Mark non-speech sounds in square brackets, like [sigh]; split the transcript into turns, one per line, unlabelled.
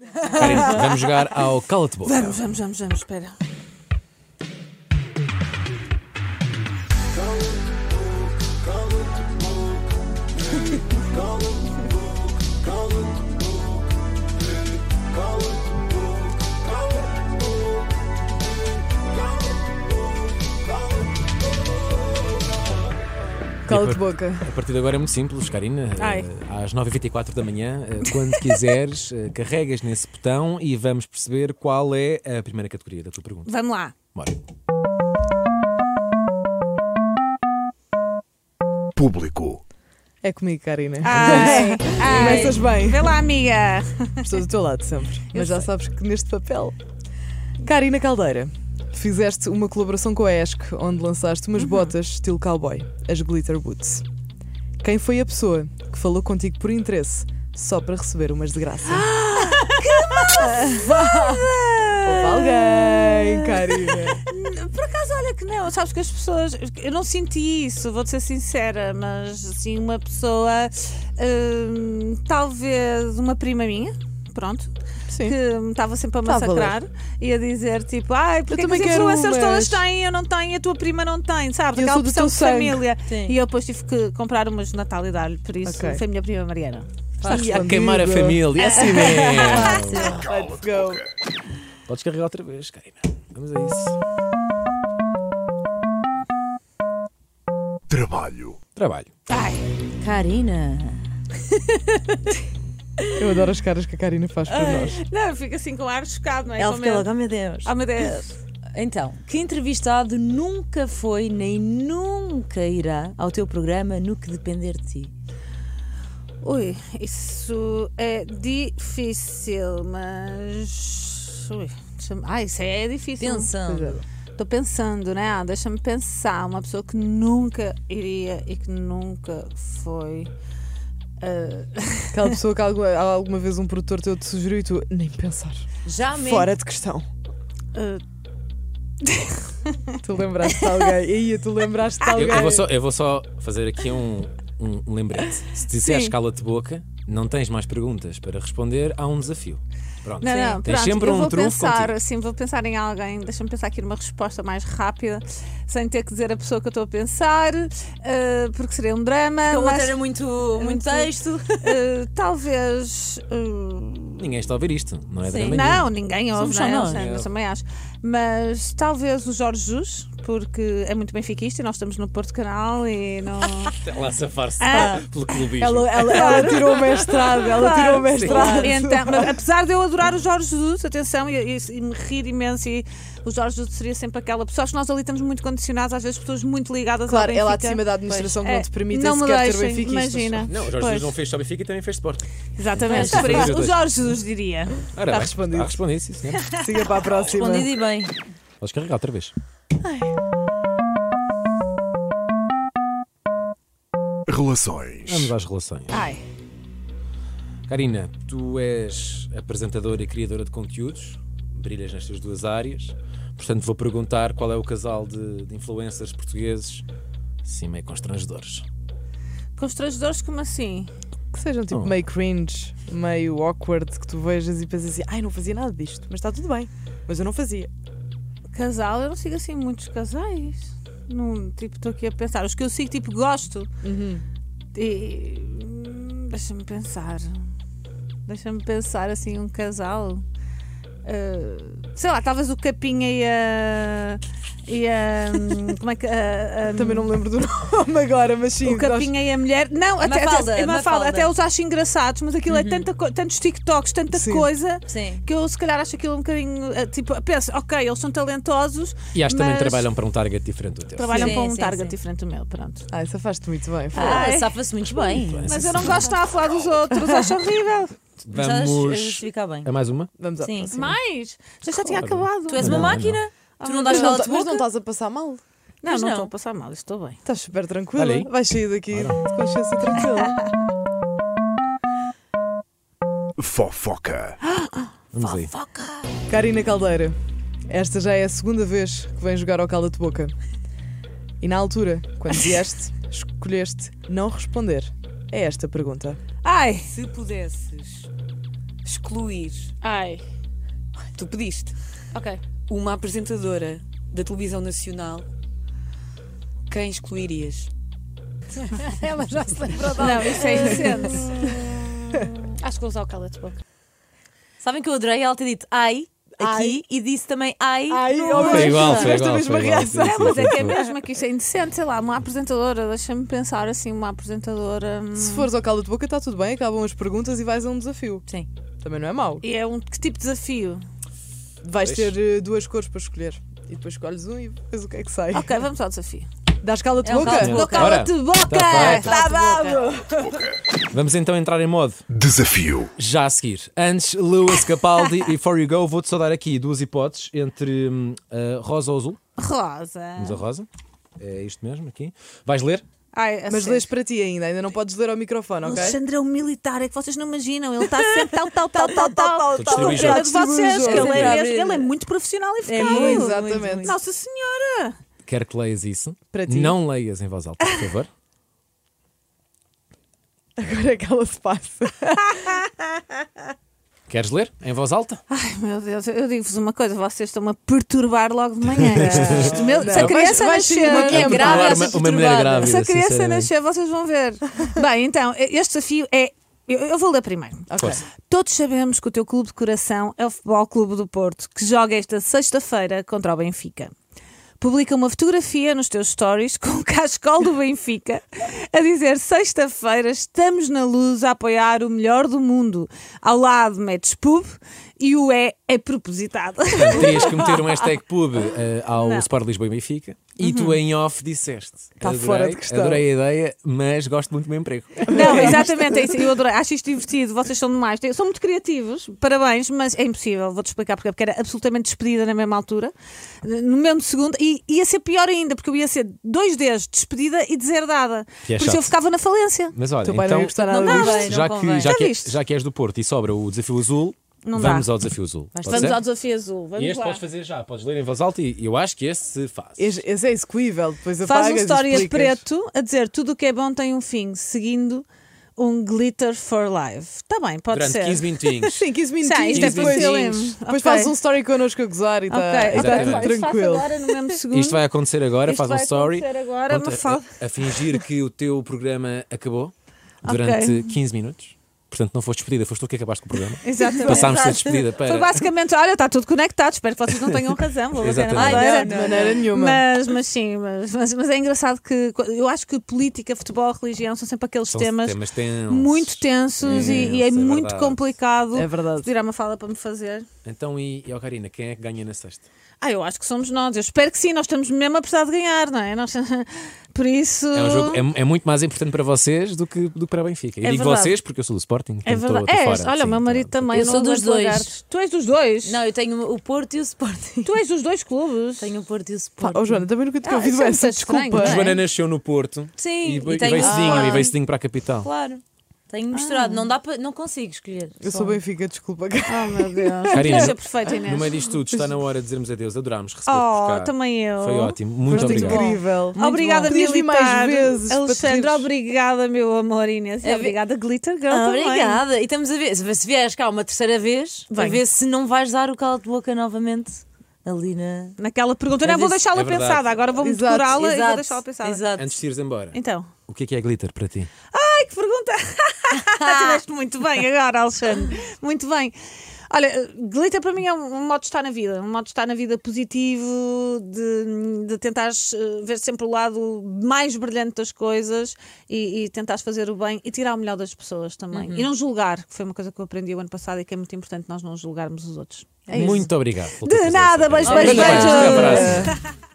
Espera aí, vamos jogar ao Cala-te Boca.
Vamos, vamos, vamos, vamos, espera.
Cala de boca.
A partir de agora é muito simples, Karina.
Ai.
Eh, Às 9h24 da manhã, eh, quando quiseres, eh, carregas nesse botão e vamos perceber qual é a primeira categoria da tua pergunta.
Vamos lá.
Bora.
público,
É comigo, Karina.
Ai, Ah, ai.
Começas bem.
Vê lá, amiga.
Estou do teu lado sempre. Mas já sabes que neste papel. Karina Caldeira, fizeste uma colaboração com a ESC, onde lançaste umas botas estilo cowboy, as Glitter Boots. Quem foi a pessoa que falou contigo por interesse, só para receber umas de graça? Houve alguém, Karina.
Hum, Por acaso, olha que não, sabes que as pessoas. Eu não senti isso, vou-te ser sincera, mas assim, uma pessoa. hum, talvez uma prima minha, pronto,
Sim.
que me estava sempre a
Tá a valer.
massacrar e a dizer tipo, ai, porque é que
também
as
quero
influencers todas
umas."
têm, eu não tenho, a tua prima não tem, sabes?
Eu
Aquela
sou do
pressão
teu
de
sangue.
família.
Sim.
E eu depois tive que comprar umas de Natal e dar-lhe, por isso
Ok.
foi a minha prima Mariana.
Está
A
respondido.
queimar a família,
[laughs]
assim mesmo.
Let's go.
Podes carregar outra vez, Karina. Vamos a isso.
trabalho,
Trabalho.
Ai,
Karina.
Eu adoro as caras que a Karina faz para nós.
não, eu fico assim com ar chocado, não é?
Ela
Com
fica
medo.
logo, oh meu Deus.
Oh meu Deus.
Então, que entrevistado nunca foi nem nunca irá ao teu programa no que depender de ti?
Ui, isso é difícil, mas. Ui, deixa-me- ah, isso é difícil.
Pensando.
Estou pensando, né? Ah, Deixa-me pensar. Uma pessoa que nunca iria e que nunca foi. ah,
Aquela pessoa que alguma, alguma vez um produtor teu te sugeriu e tu nem pensar.
Jamais.
Fora de questão.
ah,
[laughs] Tu lembraste de alguém. Ia, tu lembraste de
Eu,
alguém.
eu vou só, eu vou só fazer aqui um, um lembrete. Se disseres
Sim.
cala-te boca, não tens mais perguntas para responder, há um desafio. Pronto.
não, não,
tens
pronto,
sempre
eu
um
vou
trunfo
pensar,
contigo.
assim, vou pensar em alguém, deixa-me pensar aqui numa resposta mais rápida, sem ter que dizer a pessoa que eu estou a pensar, ah, porque seria um drama.
Então
A outra
mas,
era muito, muito texto.
ah, talvez. ah,
Ninguém está a ouvir isto, não é?
Sim.
drama nenhum.
Não, ninguém ouve,
Somos
não é?
só
Eu
nós.
sei, Mas também acho. Mas talvez o Jorge Jus, porque é muito benfiquista e nós estamos no Porto Canal e
[laughs]
não.
Ela a safar-se
Ah.
pelo clubismo.
Ela, ela- ela tirou o mestrado, ela tirou o mestrado.
Então, mas apesar de eu adorar o Jorge Jesus, atenção, e, e- e me rir imenso, e o Jorge Jesus seria sempre aquela pessoa. Acho que nós ali estamos muito condicionados, às vezes pessoas muito ligadas
Claro,
ao
ela
Benfica.
acima da administração que
É,
não te permite
não me
sequer ter
deixem,
benfiquistas.
Imagina.
Não, o Jorge
Pois,
Jesus não fez só Benfica e também fez Sport.
Exatamente,
Fez
[laughs] por
os
isso. O
dois.
Jorge Jesus diria.
Ora,
Está
bem,
respondido.
Está respondido, sim,
[laughs]
senhor.
Siga para a próxima.
Respondido e bem.
Podes carregar outra vez.
relações,
Vamos às relações.
Ai,
Karina, tu és apresentadora e criadora de conteúdos, brilhas nestas duas áreas, portanto vou perguntar qual é o casal de, de influencers portugueses, assim meio constrangedores.
constrangedores, como assim?
Que sejam tipo
Oh.
meio cringe, meio awkward, que tu vejas e pensas assim, ai, não fazia nada disto, mas está tudo bem. Mas eu não fazia.
Casal, eu não sigo assim muitos casais. Não, tipo, estou aqui a pensar. Os que eu sigo, tipo, gosto. E. hum, Deixa-me pensar. Deixa-me pensar assim, um casal. Ah, sei lá, talvez o Capinha e a. E a.
[laughs]
hum, Como é que. a- a-
Também não me lembro do [laughs] nome agora, mas sim.
o Capinha e a mulher. Não, até,
Mafalda,
até,
Mafalda.
até os acho engraçados, mas aquilo é tanta, co- tantos TikToks, tanta
Uhum. Sim.
coisa.
Sim.
Que eu, se calhar, acho aquilo um bocadinho. eh, Tipo, penso, ok, eles são talentosos.
E acho que também
mas-
trabalham para um target diferente do teu.
Trabalham
Sim,
para um
sim,
target
sim.
diferente do meu, pronto.
Ai, safaste Ah, muito bem. foi.
Ah,
Ai.
Safa-se muito bem.
Mas eu não gosto de estar a falar dos outros, acho horrível.
Vamos
ficar bem.
a mais uma?
Vamos à
Sim.
próxima.
Mais! Já, já tinha acabado.
Tu és uma
Não, não.
máquina. Tu não dás
Mas não,
cala de
ta- mas não
boca.
estás a passar mal.
Não,
Mas
não
não.
estou a passar mal, estou bem.
Estás super
Olha aí.
tranquila. Vais sair daqui de consciência tranquila.
fofoca,
Vamos aí.
Karina Caldeira, esta já é a segunda vez que vem jogar ao cala de boca. E na altura, quando vieste, escolheste não responder a esta pergunta.
Ai!
Se pudesses
excluir.
Ai.
Tu pediste
Ok.
uma apresentadora da televisão nacional. Quem excluirias?
Ela já se lembrou de
Não, isso é inocente.
Acho que vou usar o cala de boca.
Sabem que eu adorei ela ter dito ai aqui e disse também ai.
Ai,
no
ao
outro.
menos
Foi igual, foi
tiveste a
igual.
mesma
foi igual,
reação.
sim, sim,
Mas é que é
sim.
mesmo que isto é indecente, sei lá, uma apresentadora, deixa-me pensar assim, uma apresentadora. hum,
Se fores ao calo de boca, está tudo bem, acabam as perguntas e vais a um desafio.
Sim.
Também não é mau.
E é um que tipo de desafio?
Vais
Pois.
ter eh, duas cores para escolher. E depois escolhes um e depois o que é que sai.
Ok, vamos ao desafio.
Dás cala de
É um
boca?
cala de
Do
boca.
Ora, tá
cala-te boca!
feito.
Tá dado!
Vamos então entrar em modo.
Desafio.
Já a seguir. Antes, Lewis Capaldi e For You Go, vou-te só dar aqui duas hipóteses entre hum, a rosa ou azul.
Ah.
Rosa.
Vamos a rosa. É isto mesmo aqui. Vais ler?
Ai, a
Mas
É sério.
lês para ti ainda, ainda não podes ler ao microfone, ok?
Alexandre é um militar, é que vocês não imaginam. Ele está sempre tal, tal, tal, tal, tal.
Tô distribuindo jogos.
Ele é de vocês, que ele, é,
Sempre
mesmo-
abre-
ele é muito profissional e
É
ficado.
muito, muito,
exatamente.
muito.
Nossa Senhora!
Quero que leias isso.
Para ti.
Não leias em voz alta, por favor.
Agora é que ela se passa.
Queres ler em voz alta?
Ah,
Ai meu Deus, eu digo-vos uma coisa, vocês estão-me a perturbar logo de manhã. Isto, meu, se a
Não, vais-
criança
vais sair
nascer.
uma
É
campanha.
grave
Uma-
essa
uma mulher
perturbada.
grávida.
Se a criança
sinceramente.
nascer, vocês vão ver. Bem, então, este desafio é. Eu, eu vou ler primeiro.
Ok.
Todos sabemos que o teu clube de coração é o Futebol Clube do Porto, que joga esta sexta-feira contra o Benfica. Publica uma fotografia nos teus stories com o cascol do Benfica a dizer sexta-feira estamos na luz a apoiar o melhor do mundo. Ao lado metes pub e o é é propositado. [laughs]
Portanto, terias que meter um hashtag pub eh, ao
Não.
Sport Lisboa e Benfica e tu em off disseste.
Uhum. Tá
adorei,
fora de questão."
Adorei a ideia, mas gosto muito do meu
[laughs]
emprego.
Não, exatamente, é isso. Eu adorei. Acho isto divertido, vocês são demais. Tem- São muito criativos, parabéns, mas é impossível. Vou-te explicar porque, porque era absolutamente despedida na mesma altura, no mesmo segundo, e ia ser pior ainda, porque eu ia ser dois Ds, despedida e deserdada.
Que é
Por isso eu
chato.
ficava na falência.
Mas olha,
Teu pai não
então,
ia gostar nada
Não,
disto.
vai.
já,
convém.
que, já,
Já
que, é-
viste?
já que és do Porto e sobra o desafio azul,
Não dá.
vamos ao desafio azul. Pode
Vamos
ser?
ao desafio azul. Vamos
E este
lá.
podes fazer já, podes ler em voz alta e eu acho que este se faz.
Esse esse é execuível, depois
Faz
apagas
um
e
story a
explicas.
preto a dizer tudo o que é bom tem um fim, seguindo um glitter for life. Está bem, pode
Durante
ser.
15 minutinhos.
Sim, 15 minutinhos.
Sim, isto é
Quinze
para
depois
ser
minutinhos.
lembro.
depois
Ok.
fazes um story connosco a gozar e
Ok,
está tudo
Ah, exatamente.
tranquilo.
Agora no mesmo segundo.
Isto vai acontecer agora,
Isto
faz um
vai
story.
acontecer Agora,
Pronto, a-
Mafalda.
a, a fingir que o teu programa acabou
Ok.
durante 15 minutos. Portanto, não foste despedida, foste tu que acabaste com o programa. [laughs]
Exatamente.
Passámos da despedida para-
Foi basicamente, olha, está tudo conectado, espero que vocês não tenham razão, vou bater na
Exatamente.
madeira.
Ai,
De maneira nenhuma.
Mas, mas sim, mas, mas, mas é engraçado que co- eu acho que política, futebol, religião são sempre aqueles
São
temas,
tensos.
muito tensos e- e, é,
Tensos, é
muito
verdade.
complicado
É verdade.
tirar uma fala para me fazer.
Então, e, e ó, Karina, quem é que ganha na sexta?
Ah, eu acho que somos nós. Eu espero que sim, nós estamos mesmo a precisar de ganhar, não é? Nós- [laughs] por isso.
É um jogo é, é muito mais importante para vocês do que do que para a Benfica. E
Uhum. É
digo
verdade.
vocês porque eu sou do Sporting.
É
portanto, estou-
verdade.
estou
És,
fora,
olha, o
sim, tá.
meu marido
estou-
também.
Eu sou
não
dos
aguento
dois.
lagartos. Tu és dos dois?
Não, eu tenho o Porto e o Sporting.
Tu és dos dois clubes.
Tenho o Porto e o
Pá,
Sporting.
oh, Joana, também nunca tinha
Ah, isso
ouvido
é
essa,
muito estranho,
desculpa.
não é?
Joana nasceu no Porto
Sim,
e,
e
veio- e
tenho
um
veio
o
cedinho, e
Sporting.
veio cedinho para a capital.
Claro. Tenho misturado, não dá para, não consigo escolher.
Eu
só.
sou Benfica, desculpa.
Oh meu Deus,
Karina,
Seja
no-
perfeita, Inês.
No meio disto tudo, está na hora de dizermos adeus. Adorámos receber-te por
Oh,
cá.
também eu.
Foi ótimo. Muito
Foste
obrigado.
incrível.
Muito
obrigada,
bom.
Podias vir mais
militar.
vezes para
Alexandre,
teres-
obrigada, meu amor, Inês. E
É-
obrigada, Glitter Girl.
Ah,
também.
Obrigada. E estamos a ver, se se vieres cá uma terceira vez, a
Venho.
ver se não vais dar o calo de boca novamente ali na.
Naquela pergunta, não,
Mas
vou
isso-
deixá-la
é verdade.
pensada. Agora vou-me
Exato,
decorá-la e vou
Exato,
deixá-la pensada.
Exato.
Antes de ires embora,
Então,
o que é que é glitter para ti?
ai que pergunta! [laughs] Estiveste muito bem agora, Alexandre. Muito bem. Olha, glitter para mim é um um modo de estar na vida, um modo de estar na vida positivo, de, de tentares eh, ver sempre o lado mais brilhante das coisas e, e tentares fazer o bem e tirar o melhor das pessoas também. E não julgar, que foi uma coisa que eu aprendi o ano passado e que é muito importante nós não julgarmos os outros. É isso.
Muito obrigado.
De nada, beijo,
Um grande
beijo,
abraço.
beijo.
Até à próxima.